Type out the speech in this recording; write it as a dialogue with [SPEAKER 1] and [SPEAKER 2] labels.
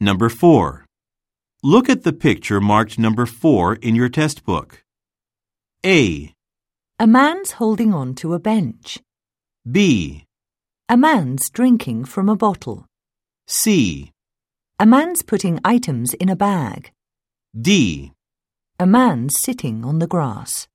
[SPEAKER 1] Number 4. Look at the picture marked number 4 in your test book. A,
[SPEAKER 2] A man's holding on to a bench.
[SPEAKER 1] B,
[SPEAKER 2] A man's drinking from a bottle.
[SPEAKER 1] C,
[SPEAKER 2] A man's putting items in a bag.
[SPEAKER 1] D.
[SPEAKER 2] A man's sitting on the grass.